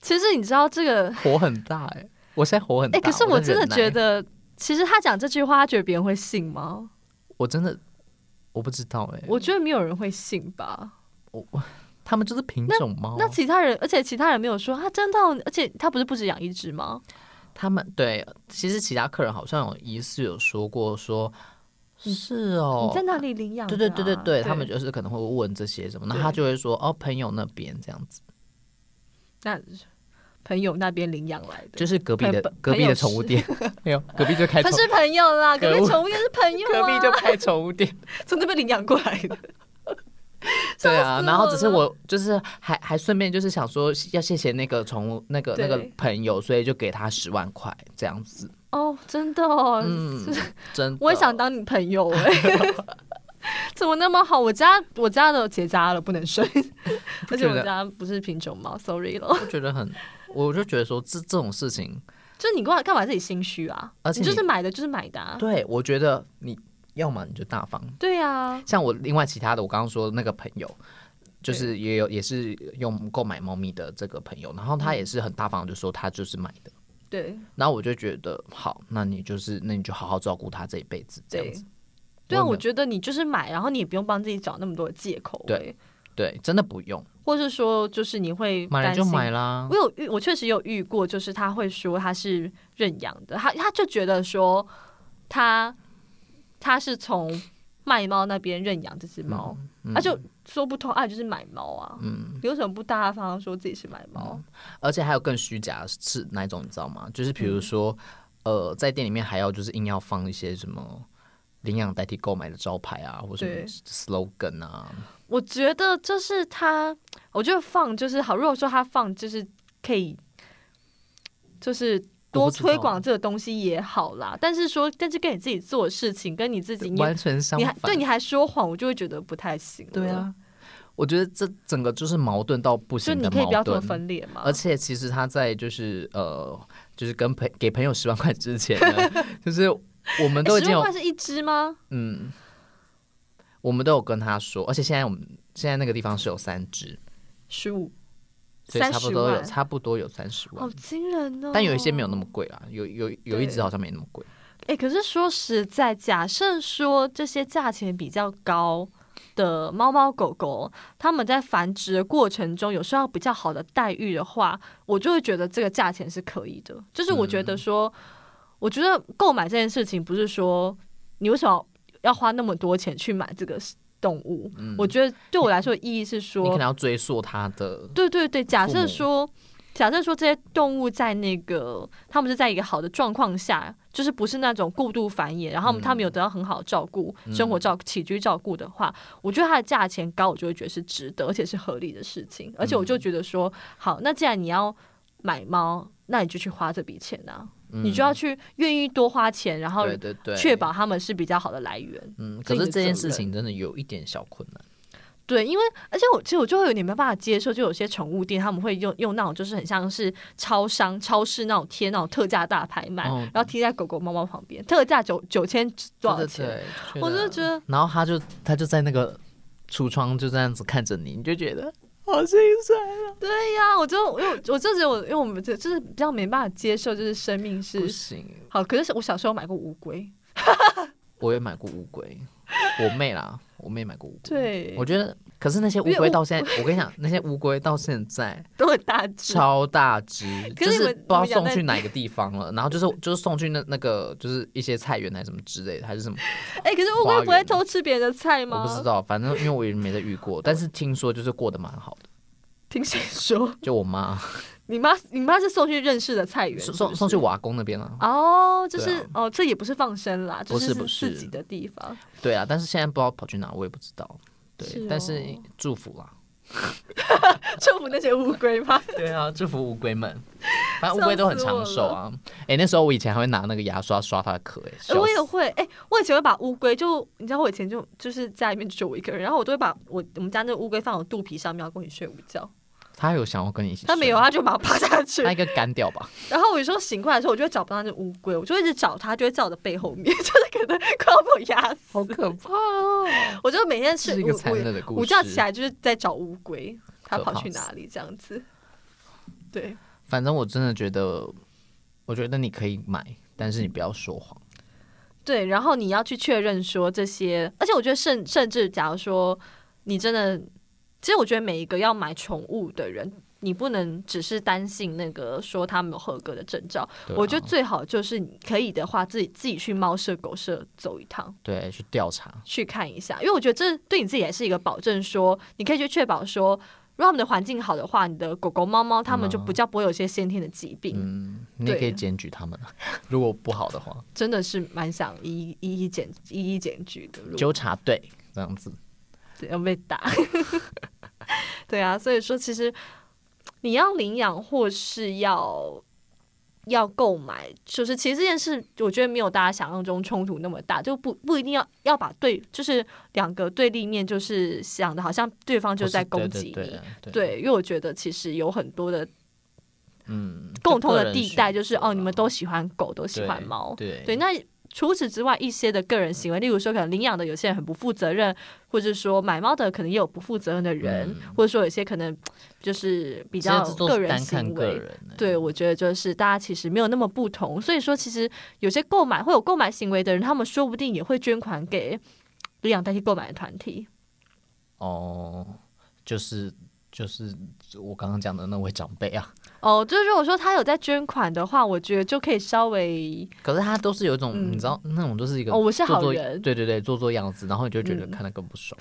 [SPEAKER 1] 其实你知道这个，
[SPEAKER 2] 火很大哎、我现在火很大。
[SPEAKER 1] 哎，可是我真的
[SPEAKER 2] 在
[SPEAKER 1] 觉
[SPEAKER 2] 忍耐，
[SPEAKER 1] 得，其实他讲这句话，他觉得别人会信吗？
[SPEAKER 2] 我真的我不知道哎、
[SPEAKER 1] 我觉得没有人会信吧。
[SPEAKER 2] 我他们就是品种猫。
[SPEAKER 1] 那其他人，而且其他人没有说他真的，而且他不是不止养一只吗？
[SPEAKER 2] 他们对，其实其他客人好像有疑似有说过说，是哦
[SPEAKER 1] 嗯你，在哪里领养的
[SPEAKER 2] 对
[SPEAKER 1] 啊、
[SPEAKER 2] 对对对对，他们就是可能会问这些什么，那他就会说哦，朋友那边这样子，
[SPEAKER 1] 那朋友那边领养来的，
[SPEAKER 2] 就是隔壁的
[SPEAKER 1] 朋
[SPEAKER 2] 隔壁的宠物店， 没有隔壁就开宠
[SPEAKER 1] 可，是朋友啦，
[SPEAKER 2] 可恶
[SPEAKER 1] 隔壁宠物也是朋友、啊，
[SPEAKER 2] 隔壁就开宠物店，
[SPEAKER 1] 从那边领养过来 的。
[SPEAKER 2] 对啊，
[SPEAKER 1] 死
[SPEAKER 2] 然后只是
[SPEAKER 1] 我
[SPEAKER 2] 我就是还还顺便就是想说要谢谢那个宠物那个那个
[SPEAKER 1] 对
[SPEAKER 2] 朋友，所以就给他十万块这样子，
[SPEAKER 1] 哦，真的哦，
[SPEAKER 2] 嗯，真的
[SPEAKER 1] 我也想当你朋友哎、 怎么那么好？我家我家的结扎了，不能 生，而且
[SPEAKER 2] 觉
[SPEAKER 1] 我
[SPEAKER 2] 得
[SPEAKER 1] 家不是品种猫，sorry 咯。
[SPEAKER 2] 我觉得很，我就觉得说这这种事情，
[SPEAKER 1] 就你干嘛干嘛自己心虚啊？
[SPEAKER 2] 而且
[SPEAKER 1] 你
[SPEAKER 2] 你
[SPEAKER 1] 就是买的，就是买的、啊。
[SPEAKER 2] 对我觉得你要么你就大方，
[SPEAKER 1] 对啊，
[SPEAKER 2] 像我另外其他的，我刚刚说的那个朋友，就是也有也是用购买猫咪的这个朋友，然后他也是很大方，就说他就是买的，
[SPEAKER 1] 对
[SPEAKER 2] 然后我就觉得好，那你就是那你就好好照顾他这一辈子这样
[SPEAKER 1] 对
[SPEAKER 2] 子，。
[SPEAKER 1] 对啊，
[SPEAKER 2] 我也没有
[SPEAKER 1] 我觉得你就是买，然后你也不用帮自己找那么多的借口、欸，
[SPEAKER 2] 对，对，真的不用
[SPEAKER 1] 或是说就是你会
[SPEAKER 2] 买
[SPEAKER 1] 担
[SPEAKER 2] 了
[SPEAKER 1] 心
[SPEAKER 2] 就买啦
[SPEAKER 1] 我，有遇，我确实有遇过，就是他会说他是认养的，他他就觉得说他他是从卖猫那边认养这只猫，
[SPEAKER 2] 嗯
[SPEAKER 1] 他、就说不通啊，就是买猫啊，嗯，有什么不大方说自己是买
[SPEAKER 2] 嗯
[SPEAKER 1] 猫？
[SPEAKER 2] 而且还有更虚假的是哪一种，你知道吗？就是比如说，
[SPEAKER 1] 嗯
[SPEAKER 2] 呃，在店里面还要就是硬要放一些什么。领养代替购买的招牌啊，或什么
[SPEAKER 1] 对
[SPEAKER 2] slogan 啊，
[SPEAKER 1] 我觉得就是他，我觉得放就是好。如果说他放就是可以，就是。
[SPEAKER 2] 我
[SPEAKER 1] 多
[SPEAKER 2] 不知道
[SPEAKER 1] 推广这个东西也好啦，但是说，但是跟你自己做的事情，跟你自己你
[SPEAKER 2] 完全相
[SPEAKER 1] 你还
[SPEAKER 2] 反。
[SPEAKER 1] 对你还说谎，我就会觉得不太行。
[SPEAKER 2] 对，啊，我觉得这整个就是矛盾到不
[SPEAKER 1] 就
[SPEAKER 2] 行
[SPEAKER 1] 你
[SPEAKER 2] 的
[SPEAKER 1] 可以不要
[SPEAKER 2] 矛
[SPEAKER 1] 这么
[SPEAKER 2] 盾。
[SPEAKER 1] 分啊裂嘛。
[SPEAKER 2] 而且其实他在就是呃，就是跟朋给朋友十万块之前 呢，就是我们都
[SPEAKER 1] 哎
[SPEAKER 2] 已
[SPEAKER 1] 十
[SPEAKER 2] 经
[SPEAKER 1] 万块
[SPEAKER 2] 有
[SPEAKER 1] 是一只吗？
[SPEAKER 2] 嗯，我们都有跟他说，而且现在我们现在那个地方是有三只，
[SPEAKER 1] 十五，
[SPEAKER 2] 所以
[SPEAKER 1] 三
[SPEAKER 2] 差不
[SPEAKER 1] 十
[SPEAKER 2] 多有
[SPEAKER 1] 万，
[SPEAKER 2] 差不多有三十万
[SPEAKER 1] 好，惊人哦！
[SPEAKER 2] 但有一些没有那么贵啦，有有有一只
[SPEAKER 1] 对
[SPEAKER 2] 好像没那么贵，
[SPEAKER 1] 哎、可是说实在，假设说这些价钱比较高的猫猫狗狗，它们在繁殖的过程中有受到比较好的待遇的话，我就会觉得这个价钱是可以的。就是我觉
[SPEAKER 2] 嗯
[SPEAKER 1] 得说，我觉得购买这件事情不是说你为什么要花那么多钱去买这个动物，
[SPEAKER 2] 嗯
[SPEAKER 1] 我觉得对我来说的意义是
[SPEAKER 2] 你
[SPEAKER 1] 说
[SPEAKER 2] 可能，要追溯它的
[SPEAKER 1] 对对对，假
[SPEAKER 2] 父
[SPEAKER 1] 设
[SPEAKER 2] 母
[SPEAKER 1] 说，假设说这些动物在那个它们是在一个好的状况下，就是不是那种过度繁衍，然后
[SPEAKER 2] 嗯
[SPEAKER 1] 它们有得到很好的照顾、生活照、起居照顾的话，我觉得它的价钱高，我就会觉得是值得，而且是合理的事情。而且我
[SPEAKER 2] 嗯
[SPEAKER 1] 就觉得说，好，那既然你要买猫，那你就去花这笔钱啊，你就要去愿意多花钱，然后
[SPEAKER 2] 嗯对对对
[SPEAKER 1] 确保它们是比较好的来源。
[SPEAKER 2] 嗯，
[SPEAKER 1] 自
[SPEAKER 2] 可
[SPEAKER 1] 己
[SPEAKER 2] 是
[SPEAKER 1] 的
[SPEAKER 2] 这件
[SPEAKER 1] 责
[SPEAKER 2] 事
[SPEAKER 1] 任
[SPEAKER 2] 情真的有一点小困难。
[SPEAKER 1] 对，因为而且我其实我就会有点没办法接受，就有些宠物店他们会用用那种就是很像是超商、超市那种贴那种特价大牌卖，
[SPEAKER 2] 哦
[SPEAKER 1] 然后贴在狗狗、猫猫旁边，特价九九千多少
[SPEAKER 2] 对
[SPEAKER 1] 钱？
[SPEAKER 2] 对对
[SPEAKER 1] 我真的觉得
[SPEAKER 2] 然后他就他就在那个橱窗就这样子看着你，你就觉得好心酸，
[SPEAKER 1] 对呀、我就因为我我就觉得我因为我们就就是比较没办法接受，就是生命
[SPEAKER 2] 不
[SPEAKER 1] 是
[SPEAKER 2] 行。
[SPEAKER 1] 好。可是我小时候买过乌龟，
[SPEAKER 2] 我也买过乌龟，我妹啦，我妹买过乌龟。
[SPEAKER 1] 对，
[SPEAKER 2] 我觉得，可是那些乌
[SPEAKER 1] 因为
[SPEAKER 2] 龟
[SPEAKER 1] 乌
[SPEAKER 2] 到现在，我跟你讲，那些乌龟到现在
[SPEAKER 1] 都很大只。
[SPEAKER 2] 超大只，
[SPEAKER 1] 嗯可
[SPEAKER 2] 就是
[SPEAKER 1] 你
[SPEAKER 2] 是
[SPEAKER 1] 们
[SPEAKER 2] 不知道
[SPEAKER 1] 你们养
[SPEAKER 2] 送
[SPEAKER 1] 在
[SPEAKER 2] 去哪个地方了。然后就是就是送去那那个就是一些菜园还是什么之类的，还是什么，
[SPEAKER 1] 哎、可是乌
[SPEAKER 2] 花
[SPEAKER 1] 龟不会
[SPEAKER 2] 园
[SPEAKER 1] 偷吃别人的菜吗？
[SPEAKER 2] 我不知道。反正因为我也没在遇过，但是听说就是过得蛮好的。
[SPEAKER 1] 听谁说？
[SPEAKER 2] 就我妈
[SPEAKER 1] 你妈你妈是送去认识的菜园，
[SPEAKER 2] 送
[SPEAKER 1] 是不
[SPEAKER 2] 送
[SPEAKER 1] 是
[SPEAKER 2] 送去我阿公那边了。
[SPEAKER 1] 哦，就
[SPEAKER 2] 对
[SPEAKER 1] 是、
[SPEAKER 2] 啊
[SPEAKER 1] 哦，这也不是放生啦，就
[SPEAKER 2] 不
[SPEAKER 1] 是
[SPEAKER 2] 是不
[SPEAKER 1] 自
[SPEAKER 2] 是
[SPEAKER 1] 己的地 方。
[SPEAKER 2] 对啊，但是现在不知道跑去哪，我也不知道。对，
[SPEAKER 1] 是
[SPEAKER 2] 但
[SPEAKER 1] 哦
[SPEAKER 2] 是祝福啦。
[SPEAKER 1] 祝福那些乌龟吗？
[SPEAKER 2] 对啊，祝福乌龟们。反正乌龟都很长寿啊。哎、那时候我以前还会拿那个牙刷刷它的壳、欸，哎、
[SPEAKER 1] 哎我也会，哎、我以前会把乌龟就，你知道我以前就就是家里面只有我一个人，然后我都会把我我们家那个乌龟放我肚皮上面，要跟你睡午觉。
[SPEAKER 2] 它有想要跟你一起？
[SPEAKER 1] 它没有，，它啊就把我趴下去
[SPEAKER 2] 它。应该干掉吧？
[SPEAKER 1] 然后我有时候醒过来的时候，我就会找不到那只乌龟，我就一直找它，就会在我的背后面， 就是可能快要被我压死。
[SPEAKER 2] 好可怕哦！
[SPEAKER 1] 我就每天
[SPEAKER 2] 这
[SPEAKER 1] 睡
[SPEAKER 2] 是一
[SPEAKER 1] 午
[SPEAKER 2] 个残
[SPEAKER 1] 午
[SPEAKER 2] 忍的故事。
[SPEAKER 1] 午觉起来就是在找乌龟，它
[SPEAKER 2] 可
[SPEAKER 1] 跑
[SPEAKER 2] 怕
[SPEAKER 1] 去
[SPEAKER 2] 死
[SPEAKER 1] 哪里这样子。对，
[SPEAKER 2] 反正我真的觉得，我觉得你可以买，但是你不要说谎。
[SPEAKER 1] 对，然后你要去确认说这些，而且我觉得甚甚至，假如说你真的其实我觉得每一个要买宠物的人，你不能只是担心那个说他没有合格的证照。
[SPEAKER 2] 对啊
[SPEAKER 1] 我觉得最好就是你可以的话，自己自己去猫舍、狗舍走一趟。
[SPEAKER 2] 对去调查，
[SPEAKER 1] 去看一下，因为我觉得这对你自己也是一个保证说你可以去确保说，如果他们的环境好的话，你的狗狗、猫猫它们就比较不会有一些先天的疾病，
[SPEAKER 2] 嗯，你也可
[SPEAKER 1] 对
[SPEAKER 2] 以检举他们，啊如果不好的话，
[SPEAKER 1] 真的是蛮想一一一一检一一检举的，如果
[SPEAKER 2] 纠察队这样子，
[SPEAKER 1] 要被打。 对啊，所以说其实你要领养或是要。要购买，就是其实这件事，我觉得没有大家想象中冲突那么大，就不不一定要要把对，就是两个对立面，就是想的好像对方就
[SPEAKER 2] 或是
[SPEAKER 1] 在攻
[SPEAKER 2] 对
[SPEAKER 1] 击你，
[SPEAKER 2] 对对对
[SPEAKER 1] 对，因为我觉得其实有很多的
[SPEAKER 2] 嗯，
[SPEAKER 1] 共
[SPEAKER 2] 就
[SPEAKER 1] 通
[SPEAKER 2] 个
[SPEAKER 1] 的
[SPEAKER 2] 人
[SPEAKER 1] 地
[SPEAKER 2] 选
[SPEAKER 1] 带，就是
[SPEAKER 2] 择
[SPEAKER 1] 哦，你
[SPEAKER 2] 啦
[SPEAKER 1] 们都喜欢狗，都喜欢
[SPEAKER 2] 对
[SPEAKER 1] 猫，
[SPEAKER 2] 对
[SPEAKER 1] 对。那除此之外，一些的个人行为，例如说可能领养的有些人很不负责任，或者说买猫的可能也有不负责任的人，
[SPEAKER 2] 嗯
[SPEAKER 1] 或者说有些可能就是比
[SPEAKER 2] 其实
[SPEAKER 1] 较
[SPEAKER 2] 这都
[SPEAKER 1] 个
[SPEAKER 2] 是
[SPEAKER 1] 人
[SPEAKER 2] 单看
[SPEAKER 1] 行
[SPEAKER 2] 个
[SPEAKER 1] 为。
[SPEAKER 2] 人欸，
[SPEAKER 1] 对，我觉得就是大家其实没有那么不同，所以说其实有些购买会有购买行为的人，他们说不定也会捐款给领养代替购买的团体。
[SPEAKER 2] 哦，就是就是我刚刚讲的那位长辈啊，
[SPEAKER 1] 哦，就是如果说他有在捐款的话，我觉得就可以稍微
[SPEAKER 2] 可是他都是有一种、
[SPEAKER 1] 嗯
[SPEAKER 2] 你知道那种都是一个
[SPEAKER 1] 哦我是
[SPEAKER 2] 做
[SPEAKER 1] 好
[SPEAKER 2] 做
[SPEAKER 1] 人
[SPEAKER 2] 对对对，做做样子，然后你就觉得
[SPEAKER 1] 嗯
[SPEAKER 2] 看得更不爽，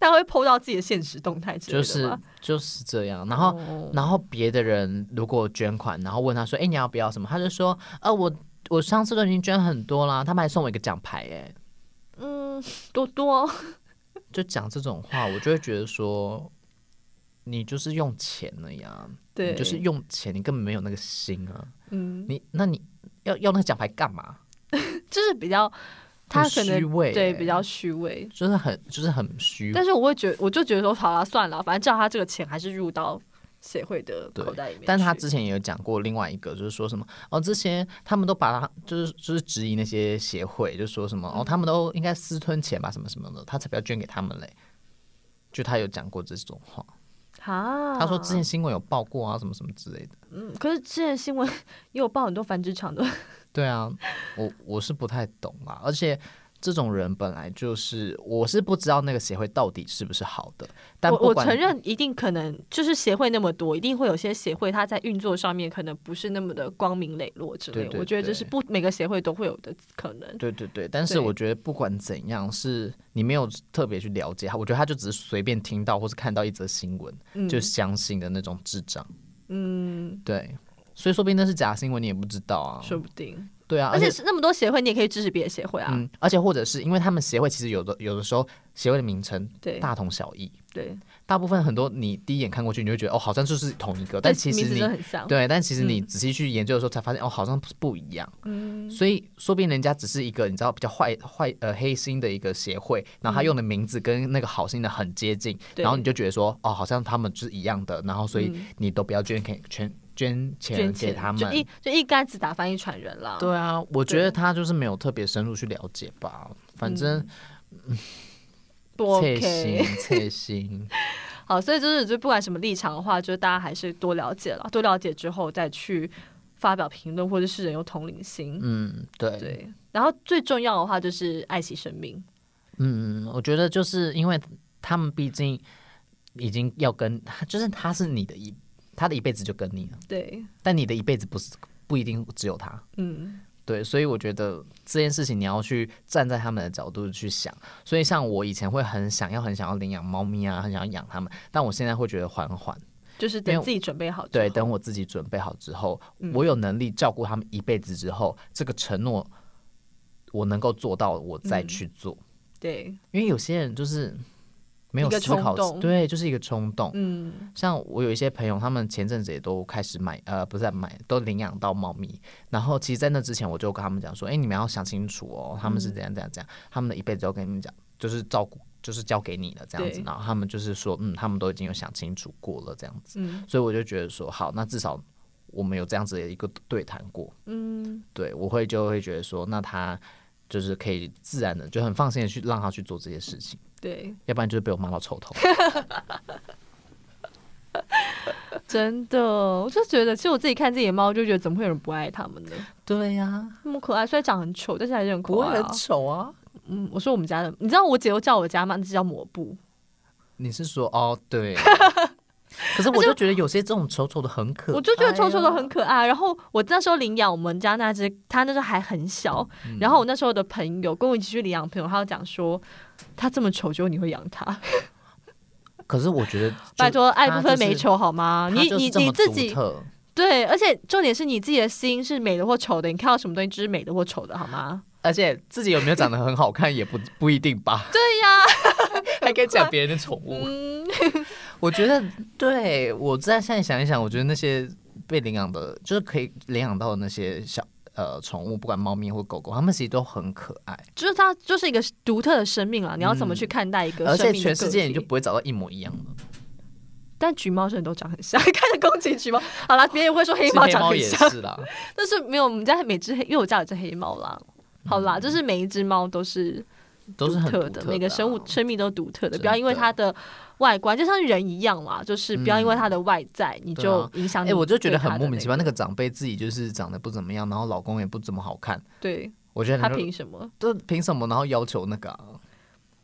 [SPEAKER 1] 他会 PO 到自己的现实动态之类
[SPEAKER 2] 就
[SPEAKER 1] 的
[SPEAKER 2] 是
[SPEAKER 1] 吧
[SPEAKER 2] 就是这样，然后。
[SPEAKER 1] 哦
[SPEAKER 2] 然后别的人如果捐款，然后问他说：“哎、你要不要什么？”他就说：“呃，我我上次都已经捐很多啦，他们还送我一个奖牌、哎，
[SPEAKER 1] 嗯，多多
[SPEAKER 2] 就讲这种话，我就会觉得说，你就是用钱了呀，
[SPEAKER 1] 对，
[SPEAKER 2] 你就是用钱，你根本没有那个心啊。
[SPEAKER 1] 嗯，
[SPEAKER 2] 你那你要要那个奖牌干嘛？
[SPEAKER 1] 就是比较他
[SPEAKER 2] 很
[SPEAKER 1] 可
[SPEAKER 2] 虚
[SPEAKER 1] 能
[SPEAKER 2] 伪、
[SPEAKER 1] 对
[SPEAKER 2] 哎
[SPEAKER 1] 比较虚伪，
[SPEAKER 2] 就是很就是很虚
[SPEAKER 1] 但。是我会觉我就觉得说好了算了，反正叫他这个钱还是入到协会的
[SPEAKER 2] 对
[SPEAKER 1] 口袋里面去，
[SPEAKER 2] 但他之前也有讲过另外一个，就是说什么哦，这些他们都把他就是就是质疑那些协会，就说什么
[SPEAKER 1] 嗯
[SPEAKER 2] 哦，他们都应该私吞钱吧，什么什么的，他才不要捐给他们嘞。就他有讲过这种话，
[SPEAKER 1] 啊，
[SPEAKER 2] 他说之前新闻有报过啊，什么什么之类的。
[SPEAKER 1] 嗯，可是之前新闻 也有报很多繁殖场的，
[SPEAKER 2] 对啊，我我是不太懂啦，而且这种人本来就是我是不知道那个协会到底是不是好的，但
[SPEAKER 1] 我
[SPEAKER 2] 不
[SPEAKER 1] 我
[SPEAKER 2] 管
[SPEAKER 1] 承认一定可能就是协会那么多，一定会有些协会它在运作上面可能不是那么的光明磊落之类的，
[SPEAKER 2] 对对
[SPEAKER 1] 我觉得这是
[SPEAKER 2] 对
[SPEAKER 1] 不每个协会都会有的可能。
[SPEAKER 2] 对对对，但是
[SPEAKER 1] 对
[SPEAKER 2] 我觉得不管怎样，是你没有特别去了解他，我觉得他就只是随便听到或是看到一则新闻、
[SPEAKER 1] 嗯
[SPEAKER 2] 就相信的那种智障。
[SPEAKER 1] 嗯，
[SPEAKER 2] 对，所以说不定那是假新闻，你也不知道啊。
[SPEAKER 1] 说不定。
[SPEAKER 2] 对啊，
[SPEAKER 1] 而
[SPEAKER 2] 而
[SPEAKER 1] 且是那么多协会，你也可以支持别的协会啊。
[SPEAKER 2] 嗯，而且或者是因为他们协会其实有的有的时候协会的名称
[SPEAKER 1] 对
[SPEAKER 2] 大同小异，
[SPEAKER 1] 对，
[SPEAKER 2] 大部分很多你第一眼看过去你就觉得哦好像就是同一个，但
[SPEAKER 1] 对
[SPEAKER 2] 其
[SPEAKER 1] 名
[SPEAKER 2] 实
[SPEAKER 1] 字
[SPEAKER 2] 你
[SPEAKER 1] 真的很像。
[SPEAKER 2] 对，但其实你
[SPEAKER 1] 嗯
[SPEAKER 2] 仔细去研究的时候才发现、哦好像不不一样。
[SPEAKER 1] 嗯，
[SPEAKER 2] 所以说不定人家只是一个你知道比较坏坏呃黑心的一个协会，然后他用的名字跟那个好心的很接近，
[SPEAKER 1] 对
[SPEAKER 2] 然后你就觉得说哦，好像他们是一样的，然后所以
[SPEAKER 1] 嗯
[SPEAKER 2] 你都不要捐给捐捐钱
[SPEAKER 1] 捐
[SPEAKER 2] 给
[SPEAKER 1] 钱
[SPEAKER 2] 他
[SPEAKER 1] 就一
[SPEAKER 2] 们。
[SPEAKER 1] 就一竿子打翻一船人啦。
[SPEAKER 2] 对啊，我觉得他就是没有特别深入去了解吧，反正
[SPEAKER 1] 不
[SPEAKER 2] 切
[SPEAKER 1] 嗯 OK。
[SPEAKER 2] 心切心，
[SPEAKER 1] 好，所以就是就不管什么立场的话，就是大家还是多了解了，多了解之后再去发表评论，或者是人有同理心。
[SPEAKER 2] 嗯，对，
[SPEAKER 1] 对，然后最重要的话就是爱惜生命。
[SPEAKER 2] 嗯，我觉得就是因为他们毕竟已经要跟，就是他是你的一，他的一辈子就跟你了，
[SPEAKER 1] 对，
[SPEAKER 2] 但你的一辈子不是不一定只有他，
[SPEAKER 1] 嗯，
[SPEAKER 2] 对，所以我觉得这件事情你要去站在他们的角度去想。所以像我以前会很想要、很想要领养猫咪啊，很想要养它们，但我现在会觉得缓缓，
[SPEAKER 1] 就是
[SPEAKER 2] 因
[SPEAKER 1] 等
[SPEAKER 2] 为
[SPEAKER 1] 自己准备好之后。
[SPEAKER 2] 对，等我自己准备好之后，我有能力照顾它们一辈子之后，这个承诺我能够做到，我再去做。
[SPEAKER 1] 对，
[SPEAKER 2] 因为有些人就是没有
[SPEAKER 1] 一个
[SPEAKER 2] 思考
[SPEAKER 1] 冲动，
[SPEAKER 2] 对，就是一个冲动。
[SPEAKER 1] 嗯，
[SPEAKER 2] 像我有一些朋友，他们前阵子也都开始买，呃，不是在买，都领养到猫咪。然后其实，在那之前，我就跟他们讲说，哎、你们要想清楚哦，他们
[SPEAKER 1] 嗯
[SPEAKER 2] 是怎样怎样怎样，他们的一辈子都跟你们讲，就是照顾，就是交给你了这样子
[SPEAKER 1] 对。
[SPEAKER 2] 然后他们就是说，嗯，他们都已经有想清楚过了这样子。
[SPEAKER 1] 嗯
[SPEAKER 2] 所以我就觉得说，好，那至少我们有这样子的一个对谈过。
[SPEAKER 1] 嗯，
[SPEAKER 2] 对，我会就会觉得说，那他就是可以自然的，就很放心的去让他去做这些事情，
[SPEAKER 1] 对，
[SPEAKER 2] 要不然就是被我骂到 臭头。
[SPEAKER 1] 真的，我就觉得，其实我自己看自己的猫，就觉得怎么会有人不爱它们呢？
[SPEAKER 2] 对呀、
[SPEAKER 1] 那么可爱，虽然长很丑，但是还是很可
[SPEAKER 2] 不会
[SPEAKER 1] 爱、啊
[SPEAKER 2] 很。丑啊。
[SPEAKER 1] 嗯，我说我们家的，你知道我姐又叫我家吗？那只叫抹布，
[SPEAKER 2] 你是说哦， 对。可是我就觉得有些这种丑丑的很可爱啊，
[SPEAKER 1] 我就觉得丑丑的很可爱。然后我那时候领养我们家那只，它那时候还很小。
[SPEAKER 2] 嗯
[SPEAKER 1] 然后我那时候的朋友跟我一起去领养的朋友，他就讲说，它这么丑，就你会养它？
[SPEAKER 2] 可是我觉得就，
[SPEAKER 1] 拜托，爱
[SPEAKER 2] 它
[SPEAKER 1] 不分
[SPEAKER 2] 就是
[SPEAKER 1] 美，丑好吗？
[SPEAKER 2] 它
[SPEAKER 1] 你
[SPEAKER 2] 就是
[SPEAKER 1] 你
[SPEAKER 2] 这
[SPEAKER 1] 你
[SPEAKER 2] 么
[SPEAKER 1] 自
[SPEAKER 2] 独
[SPEAKER 1] 己
[SPEAKER 2] 特
[SPEAKER 1] 对，而且重点是你自己的心是美的或丑的，你看到什么东西就是美的或丑的好吗？
[SPEAKER 2] 而且自己有没有长得很好看也不 不一定吧，
[SPEAKER 1] 对呀，
[SPEAKER 2] 还可以讲别人的宠物。
[SPEAKER 1] 嗯，
[SPEAKER 2] 我觉得，对我在现在想一想，我觉得那些被领养的，就是可以领养到的那些小呃宠物，不管猫咪或狗狗，它们其实都很可爱，
[SPEAKER 1] 就是它就是一个独特的生命了，啊你要怎么去看待一个
[SPEAKER 2] 嗯而
[SPEAKER 1] 生
[SPEAKER 2] 且
[SPEAKER 1] 命的
[SPEAKER 2] 全世界你
[SPEAKER 1] 个
[SPEAKER 2] 就
[SPEAKER 1] 体
[SPEAKER 2] 不会找到一模一样的。
[SPEAKER 1] 但橘猫真的都长很像， 看着攻击橘猫。好啦，别人会说黑
[SPEAKER 2] 其实
[SPEAKER 1] 猫
[SPEAKER 2] 黑
[SPEAKER 1] 长
[SPEAKER 2] 猫
[SPEAKER 1] 很
[SPEAKER 2] 也
[SPEAKER 1] 像，
[SPEAKER 2] 是啦，
[SPEAKER 1] 但是没有我们家每只黑，因为我家有只黑猫啦。好啦，就是每一只猫都是
[SPEAKER 2] 嗯都是很
[SPEAKER 1] 特
[SPEAKER 2] 独
[SPEAKER 1] 的，
[SPEAKER 2] 特
[SPEAKER 1] 每个生物
[SPEAKER 2] 啊
[SPEAKER 1] 生命都独特的，
[SPEAKER 2] 真
[SPEAKER 1] 不要因为
[SPEAKER 2] 的嗯
[SPEAKER 1] 它的外观，就像人一样啦，就是不要因为它的外在你
[SPEAKER 2] 对
[SPEAKER 1] 就
[SPEAKER 2] 啊
[SPEAKER 1] 影响你对它的
[SPEAKER 2] 哎、
[SPEAKER 1] 那个。
[SPEAKER 2] 我就觉得很莫名其妙，那个长辈自己就是长得不怎么样，然后老公也不怎么好看，
[SPEAKER 1] 对
[SPEAKER 2] 我觉得
[SPEAKER 1] 他
[SPEAKER 2] 就
[SPEAKER 1] 凭什么？
[SPEAKER 2] 这凭什么？然后要求那个啊、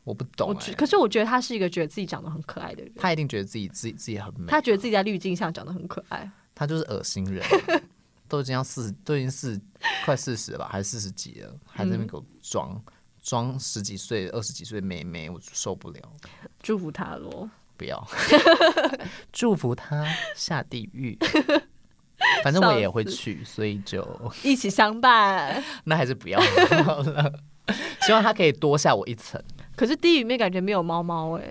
[SPEAKER 2] 我不懂、
[SPEAKER 1] 我
[SPEAKER 2] 哎
[SPEAKER 1] 觉可是我觉得他是一个觉得自己长得很可爱的人，
[SPEAKER 2] 他一定觉得自己自己自己很美，
[SPEAKER 1] 他觉得自己在滤镜上长得很可爱。
[SPEAKER 2] 他就是恶心 人，都已经要四十，都已经四快四十了吧，还是四十几了，还在那边
[SPEAKER 1] 嗯
[SPEAKER 2] 给我装装十几岁、二十几岁的妹妹，我受不了，
[SPEAKER 1] 祝福他喽！
[SPEAKER 2] 不 要，祝福他下地狱。反正我也会去，所以就
[SPEAKER 1] 一起相伴。
[SPEAKER 2] 那还是不要好了。希望他可以多下我一层，
[SPEAKER 1] 可是地狱里面感觉没有猫猫哎、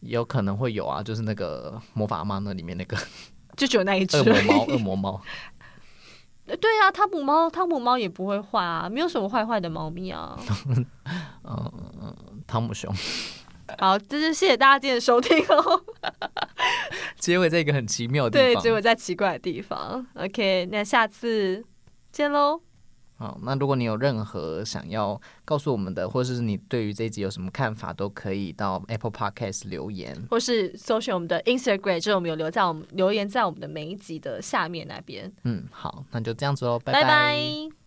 [SPEAKER 2] 有可能会有啊，就是那个魔法阿妈那里面那个
[SPEAKER 1] 就只有那一只
[SPEAKER 2] 恶
[SPEAKER 1] 而
[SPEAKER 2] 魔
[SPEAKER 1] 已。
[SPEAKER 2] 猫，恶魔猫。
[SPEAKER 1] 对啊，汤姆猫，汤姆猫也不会坏啊，没有什么坏坏的猫咪啊。
[SPEAKER 2] 汤姆熊。
[SPEAKER 1] 好，就是谢谢大家今天的收听哦。
[SPEAKER 2] 结尾在一个很奇妙的地
[SPEAKER 1] 对，
[SPEAKER 2] 方。
[SPEAKER 1] 结果在奇怪的地方。OK，那下次见喽。
[SPEAKER 2] 好，那如果你有任何想要告诉我们的，或者是你对于这一集有什么看法，都可以到 Apple Podcast 留言。
[SPEAKER 1] 或是搜寻我们的 Instagram，就是我们有留在我们留言在我们的每一集的下面那边。
[SPEAKER 2] 嗯，好，那就这样子喽，
[SPEAKER 1] 拜
[SPEAKER 2] 拜
[SPEAKER 1] 拜